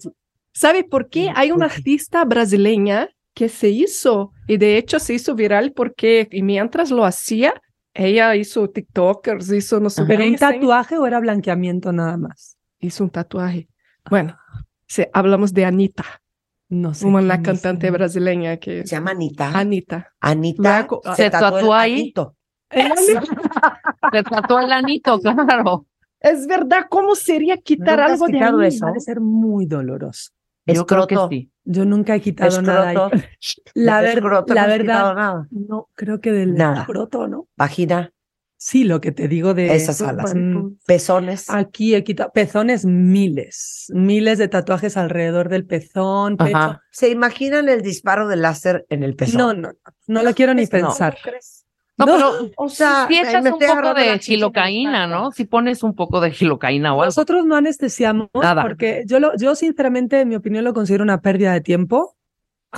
S4: ¿Sabe por qué? Hay una artista brasileña que se hizo y de hecho se hizo viral porque y mientras lo hacía, ella hizo TikTokers, hizo no sé
S5: Ajá.
S4: qué,
S6: ¿Pero un
S4: se-
S6: tatuaje o era blanqueamiento nada más?
S4: hizo un tatuaje. Bueno, se- hablamos de Anita,
S6: No sé.
S4: una la
S6: quién es.
S4: cantante brasileña que
S3: Se llama Anita.
S4: Anita.
S3: Anita
S4: Luego,
S5: se
S3: tatuó el
S5: tatuó ahí.
S3: anito.
S5: Se tatuó el anito, claro.
S4: Es verdad, ¿cómo sería quitar
S3: ¿Nunca has
S4: algo de
S3: quitado
S4: ahí?
S3: eso?
S6: Ha de ser muy doloroso.
S5: Yo creo que
S3: Escroto.
S5: sí.
S6: Yo nunca he quitado nada.
S3: Escroto.
S6: ahí. La, ver-
S3: Escroto,
S6: la
S3: no has
S6: verdad,
S3: quitado nada.
S6: no, creo que del
S3: Nada.
S6: escroto, ¿no?
S3: Vagina,
S6: Sí, lo que te digo de
S3: esas alas.
S6: Mm,
S3: pezones.
S6: Aquí he quitado pezones miles, miles de tatuajes alrededor del pezón, pecho.
S5: Ajá.
S3: ¿Se imaginan el disparo de láser en el pezón?
S6: No, no, no, no lo quiero ni
S5: No.
S6: pensar.
S5: No,
S6: No.
S5: pero
S3: O sea,
S5: si echas
S3: me
S5: un
S3: estoy
S5: poco
S3: agarrando la
S5: de
S3: chicha en el
S5: gilocaína,
S3: saco.
S5: ¿no? Si pones un poco de gilocaína o algo.
S6: Nosotros no anestesiamos
S5: Nada.
S6: porque yo lo, yo sinceramente, en mi opinión, lo considero una pérdida de tiempo.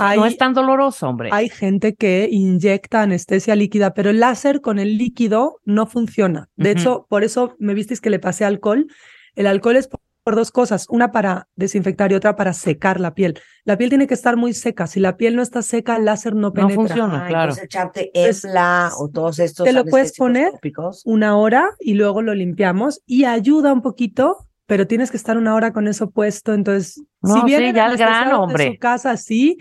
S6: Hay,
S5: No es tan doloroso, hombre.
S6: hay gente que inyecta anestesia líquida, pero el láser con el líquido no funciona. De
S5: Ujú.
S6: hecho, por eso me visteis que le pasé alcohol. El alcohol es por, por dos cosas, una para desinfectar y otra para secar la piel. La piel tiene que estar muy seca. Si la piel no está seca, el láser no
S5: No
S6: penetra.
S5: funciona,
S3: Ah,
S5: claro.
S3: entonces echarte
S6: Es-
S3: Embla o todos estos
S6: ¿Te lo puedes
S3: anestésicos
S6: poner?
S3: tópicos.
S6: una hora y luego lo limpiamos y ayuda un poquito, pero tienes que estar una hora con eso puesto. Entonces,
S5: No,
S6: si
S5: sí,
S6: vienen
S5: ya al grano,
S6: anestesiados de
S5: hombre.
S6: su casa, sí.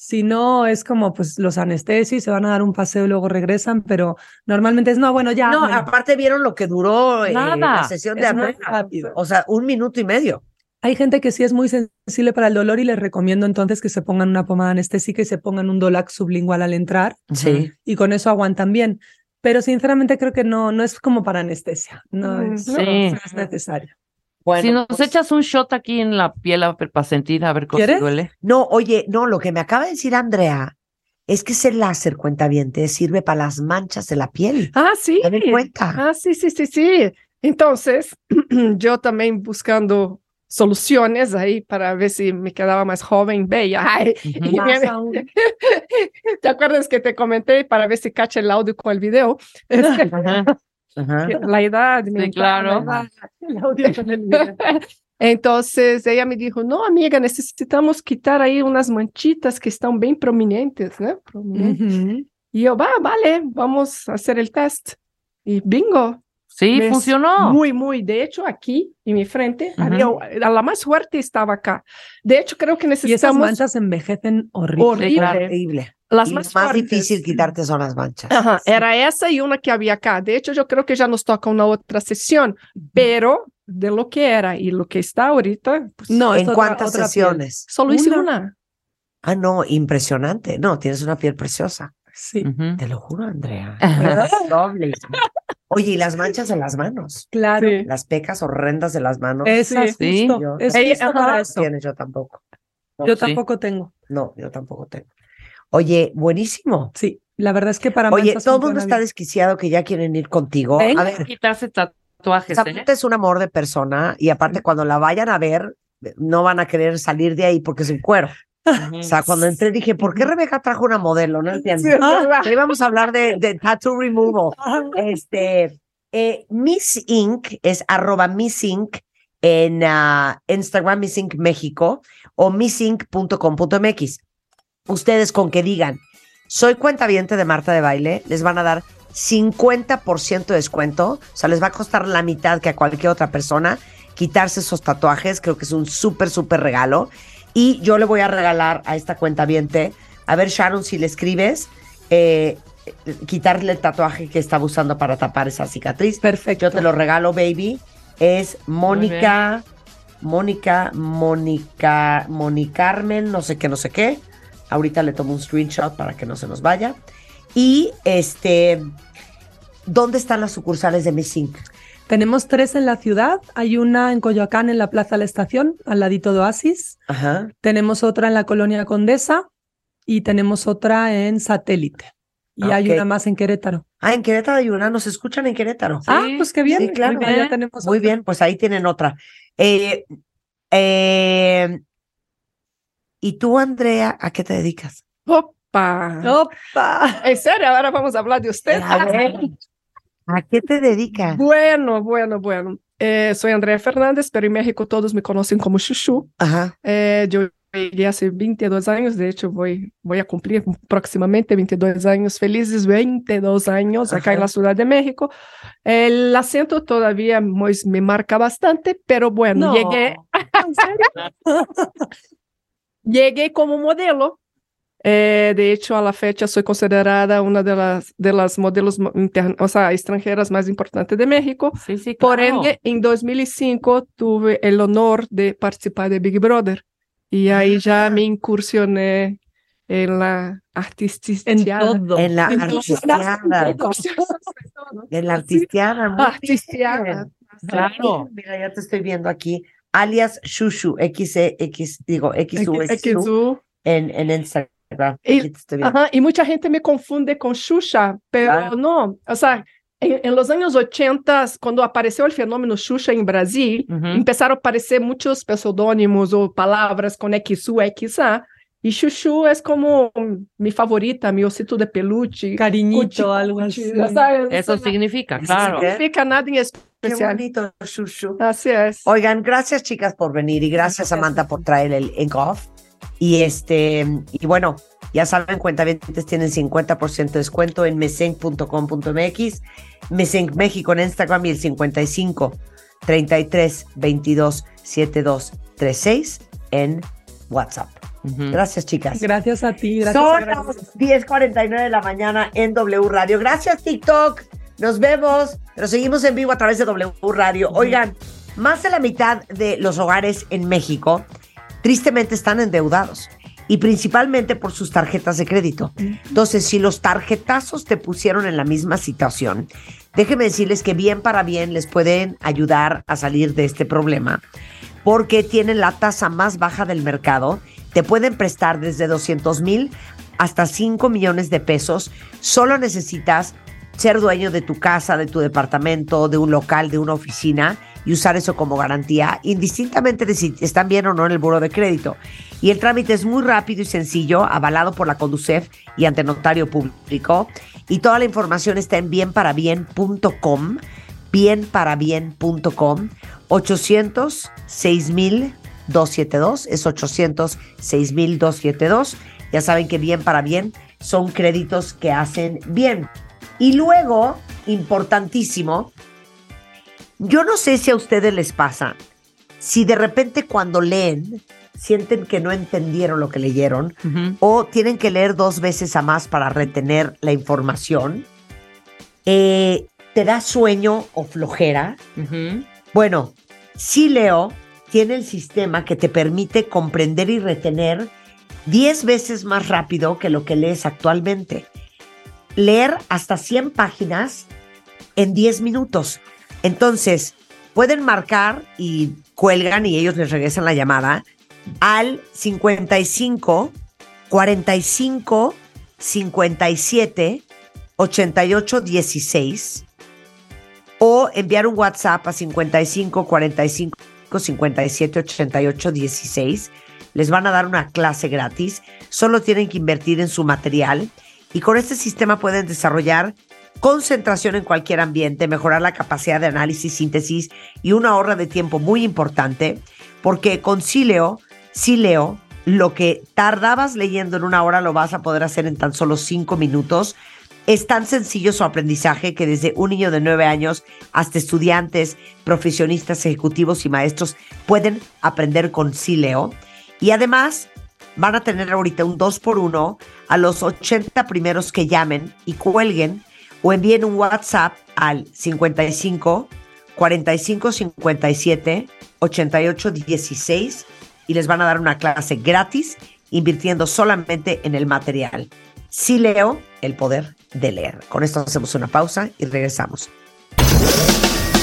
S6: Si no, es como pues los anestesios, se van a dar un paseo y luego regresan, pero normalmente es no, bueno, ya.
S3: No,
S6: bueno,
S3: aparte vieron lo que duró eh, la
S5: Nada.
S3: sesión de
S6: es muy
S3: Andrea.
S6: rápido.
S3: O sea, un minuto y medio.
S6: Hay gente que sí es muy sensible para el dolor y les recomiendo entonces que se pongan una pomada anestésica y se pongan un Dolac sublingual al entrar
S3: Sí.
S6: y con eso aguantan bien. Pero sinceramente creo que no, no es como para anestesia, no
S4: Mm,
S6: es,
S5: sí.
S6: no es necesario.
S3: Bueno,
S5: si nos
S3: pues-
S5: echas un shot aquí en la piel a ver, para sentir, a ver cómo se
S6: ¿Quieres?
S5: duele.
S3: No, oye, no, lo que me acaba de decir Andrea Es que ese láser cuentaviente sirve para las manchas de la piel.
S4: Ah, sí.
S3: Dame cuenta.
S4: Ah, sí, sí, sí, sí. Entonces, yo también buscando soluciones ahí para ver si me quedaba más joven, bella. Ay,
S5: Ujú.
S4: y me- *laughs* ¿Te acuerdas que te comenté para ver si cacha el audio con el video? Este,
S3: Ajá.
S4: la edad. Ah, me
S5: Sí,
S4: encanta la
S5: claro.
S4: edad. Entonces ella me dijo, no, amiga, necesitamos quitar ahí unas manchitas que están bien prominentes, ¿no? Prominentes. Y yo, va, vale, vamos a hacer el test. Y bingo,
S5: Sí,
S4: ¿Ves?
S5: funcionó.
S4: muy, muy. De hecho, aquí en mi frente, había- a la más fuerte estaba acá. De hecho, creo que
S6: Y esas
S4: necesitamos
S6: manchas envejecen horrible.
S4: horrible.
S5: Sí, claro.
S3: Horrible.
S4: Las
S3: Y
S4: más,
S3: lo más
S4: fuertes.
S3: difícil quitarte son las manchas.
S4: Ajá, era esa y una que había acá. De hecho, yo creo que ya nos toca una otra sesión, pero de lo que era y lo que está ahorita, pues,
S6: No, es
S3: ¿En
S6: otra-
S3: cuántas
S6: otra piel.
S3: sesiones?
S4: solo hice
S6: una.
S4: una.
S3: Ah, no, impresionante. No, tienes una piel preciosa.
S6: Sí.
S5: Ujú.
S3: Te lo juro, Andrea.
S5: Ajá.
S3: Oye, y las manchas en las manos.
S6: Claro.
S4: Sí.
S3: Las pecas horrendas de las manos.
S6: Esas,
S5: Sí.
S6: justo.
S3: Yo-
S6: Es
S4: Ella-
S6: justo
S4: ajá.
S6: para
S3: No
S6: eso.
S3: tienes yo tampoco.
S6: Yo
S5: Sí.
S6: tampoco tengo.
S3: No, yo tampoco tengo. Oye, buenísimo.
S6: Sí, la verdad es que para
S3: Oye,
S6: manchas
S3: todo el mundo
S6: funciona
S3: está
S6: bien.
S3: desquiciado que ya quieren ir contigo.
S6: Venga.
S3: A ver,
S5: Quitarse tatuajes,
S3: *laughs*
S5: ¿eh?
S3: Samantha es un amor de persona y aparte cuando la vayan a ver no van a querer salir de ahí porque es un cuero. O sea, cuando entré dije, ¿por qué Rebeca trajo una modelo? No entiendo.
S4: Ah,
S3: Ahí vamos a hablar de, de tattoo removal. Este, eh, Miss Inc. es arroba Miss Inc. en ah, Instagram Miss Inc. México o missinc.com.mx. Ustedes con que digan, soy cuentaviente de Marta de Baile, les van a dar 50% de descuento. O sea, les va a costar la mitad que a cualquier otra persona quitarse esos tatuajes. Creo que es un súper, súper regalo. Y yo le voy a regalar a esta cuentaviente, a ver Sharon si le escribes, eh, quitarle el tatuaje que estaba usando para tapar esa cicatriz.
S6: Perfecto.
S3: Yo te lo regalo, baby. Es Mónica, Mónica, Mónica, Mónica Carmen, no sé qué, no sé qué. Ahorita le tomo un screenshot para que no se nos vaya. Y este, ¿dónde están las sucursales de Missing?
S6: Tenemos tres en la ciudad. Hay una en Coyoacán, en la Plaza de la Estación, al ladito de Oasis.
S3: Ajá.
S6: Tenemos otra en la Colonia Condesa y tenemos otra en Satélite. Y hay
S3: Ah, Ok.
S6: una más en Querétaro.
S3: Ah, en Querétaro hay una, nos escuchan en Querétaro.
S5: Sí,
S6: ah, pues qué bien.
S3: sí, claro.
S6: Muy bien, ya
S5: Eh,
S6: tenemos
S3: Muy
S6: otra.
S3: bien, pues ahí tienen otra. Eh, eh, ¿Y tú, Andrea, a qué te dedicas?
S4: Opa.
S6: ¡Opa!
S4: En serio, ahora vamos a hablar de usted.
S3: A ver, ¿a qué te dedicas?
S4: Bueno, bueno, bueno. Eh, soy Andrea Fernández, pero en México todos me conocen como Chuchu.
S3: Ajá.
S4: Eh, yo llegué hace 22 años, de hecho voy, voy a cumplir próximamente 22 años, felices 22 años acá en
S3: Ajá.
S4: la Ciudad de México. El acento todavía pues, me marca bastante, pero bueno,
S6: No.
S4: llegué,
S6: ¿En serio?
S4: Llegué como modelo. Eh, de hecho, a la fecha soy considerada una de las, de las modelos mo- inter- o sea, extranjeras más importantes de México.
S5: Sí, sí,
S4: Por
S5: claro.
S4: ende, en 2005 tuve el honor de participar de Big Brother y ahí ya me incursioné en la
S6: En
S4: artisticidad.
S6: todo.
S3: En la
S6: Entonces,
S3: artisteada. En la artisteada.
S4: Ah,
S3: muy
S4: Artisteada.
S3: bien.
S5: Claro.
S3: Mira, ya te estoy viendo aquí. Alias Shushu, X, digo, XU,
S4: XU.
S3: en, en Instagram.
S4: Y-
S3: Aquí te estoy viendo.
S4: Ajá, y mucha gente me confunde con Xuxa, pero
S3: Claro.
S4: no. O sea, en, en los años 80, cuando apareció el fenómeno Xuxa en Brasil,
S5: Ujú.
S4: empezaron a aparecer muchos pseudónimos o palabras con XU, XA, y Xuxu es como mi favorita, mi osito de peluche. cuchi,
S6: Cariñito, algo así.
S4: cuchi, ¿sabes?
S5: Eso
S4: O sea,
S5: significa,
S3: Sí,
S5: claro.
S4: No significa nada en
S3: Qué
S4: especial.
S3: bonito, Shushu.
S4: Así es.
S3: Oigan, gracias chicas por venir y gracias Samantha por traer el Ink Off. Y este, y bueno, ya saben, cuentavientes tienen 50% de descuento en mesenc.com.mx, Mesenc México en Instagram y el 55 33 22 72 36 en WhatsApp.
S5: Ujú.
S3: Gracias chicas.
S6: Gracias a ti. Gracias
S3: Son
S6: gracias.
S3: las 10:49 de la mañana en W Radio. Gracias, TikTok. Nos vemos. Nos seguimos en vivo a través de W Radio. Oigan, más de la mitad de los hogares en México tristemente están endeudados y principalmente por sus tarjetas de crédito. Entonces, si los tarjetazos te pusieron en la misma situación, déjenme decirles que bien para bien les pueden ayudar a salir de este problema porque tienen la tasa más baja del mercado. Te pueden prestar desde 200 mil hasta 5 millones de pesos. Solo necesitas ser dueño de tu casa, de tu departamento, de un local, de una oficina y usar eso como garantía, indistintamente de si están bien o no en el buro de crédito. Y el trámite es muy rápido y sencillo, avalado por la Conducef y ante notario público. Y toda la información está en bienparabien.com, bienparabien.com, 806 272, es 806 272. Ya saben que bien para bien son créditos que hacen bien. Y luego, importantísimo, yo no sé si a ustedes les pasa, si de repente cuando leen sienten que no entendieron lo que leyeron
S5: Ujú.
S3: o tienen que leer dos veces a más para retener la información, eh, te da sueño o flojera.
S5: Ujú.
S3: Bueno, sí Leo tiene el sistema que te permite comprender y retener 10 veces más rápido que lo que lees actualmente. Leer hasta 100 páginas en 10 minutos. Entonces, pueden marcar y cuelgan y ellos les regresan la llamada al 55 45 57 88 16 o enviar un WhatsApp a 55 45 57 88 16. Les van a dar una clase gratis. Solo tienen que invertir en su material y con este sistema pueden desarrollar concentración en cualquier ambiente, mejorar la capacidad de análisis, síntesis y una ahorra de tiempo muy importante porque con Sileo, Sileo, lo que tardabas leyendo en una hora lo vas a poder hacer en tan solo cinco minutos. Es tan sencillo su aprendizaje que desde un niño de nueve años hasta estudiantes, profesionistas, ejecutivos y maestros pueden aprender con Sileo. Y además van a tener ahorita un 2x1 a los 80 primeros que llamen y cuelguen o envíen un WhatsApp al 55 45 57 88 16 y les van a dar una clase gratis invirtiendo solamente en el material. Si leo, el poder de leer. Con esto hacemos una pausa y regresamos.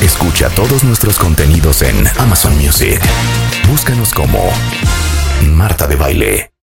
S1: Escucha todos nuestros contenidos en Amazon Music. Búscanos como Marta de Baile.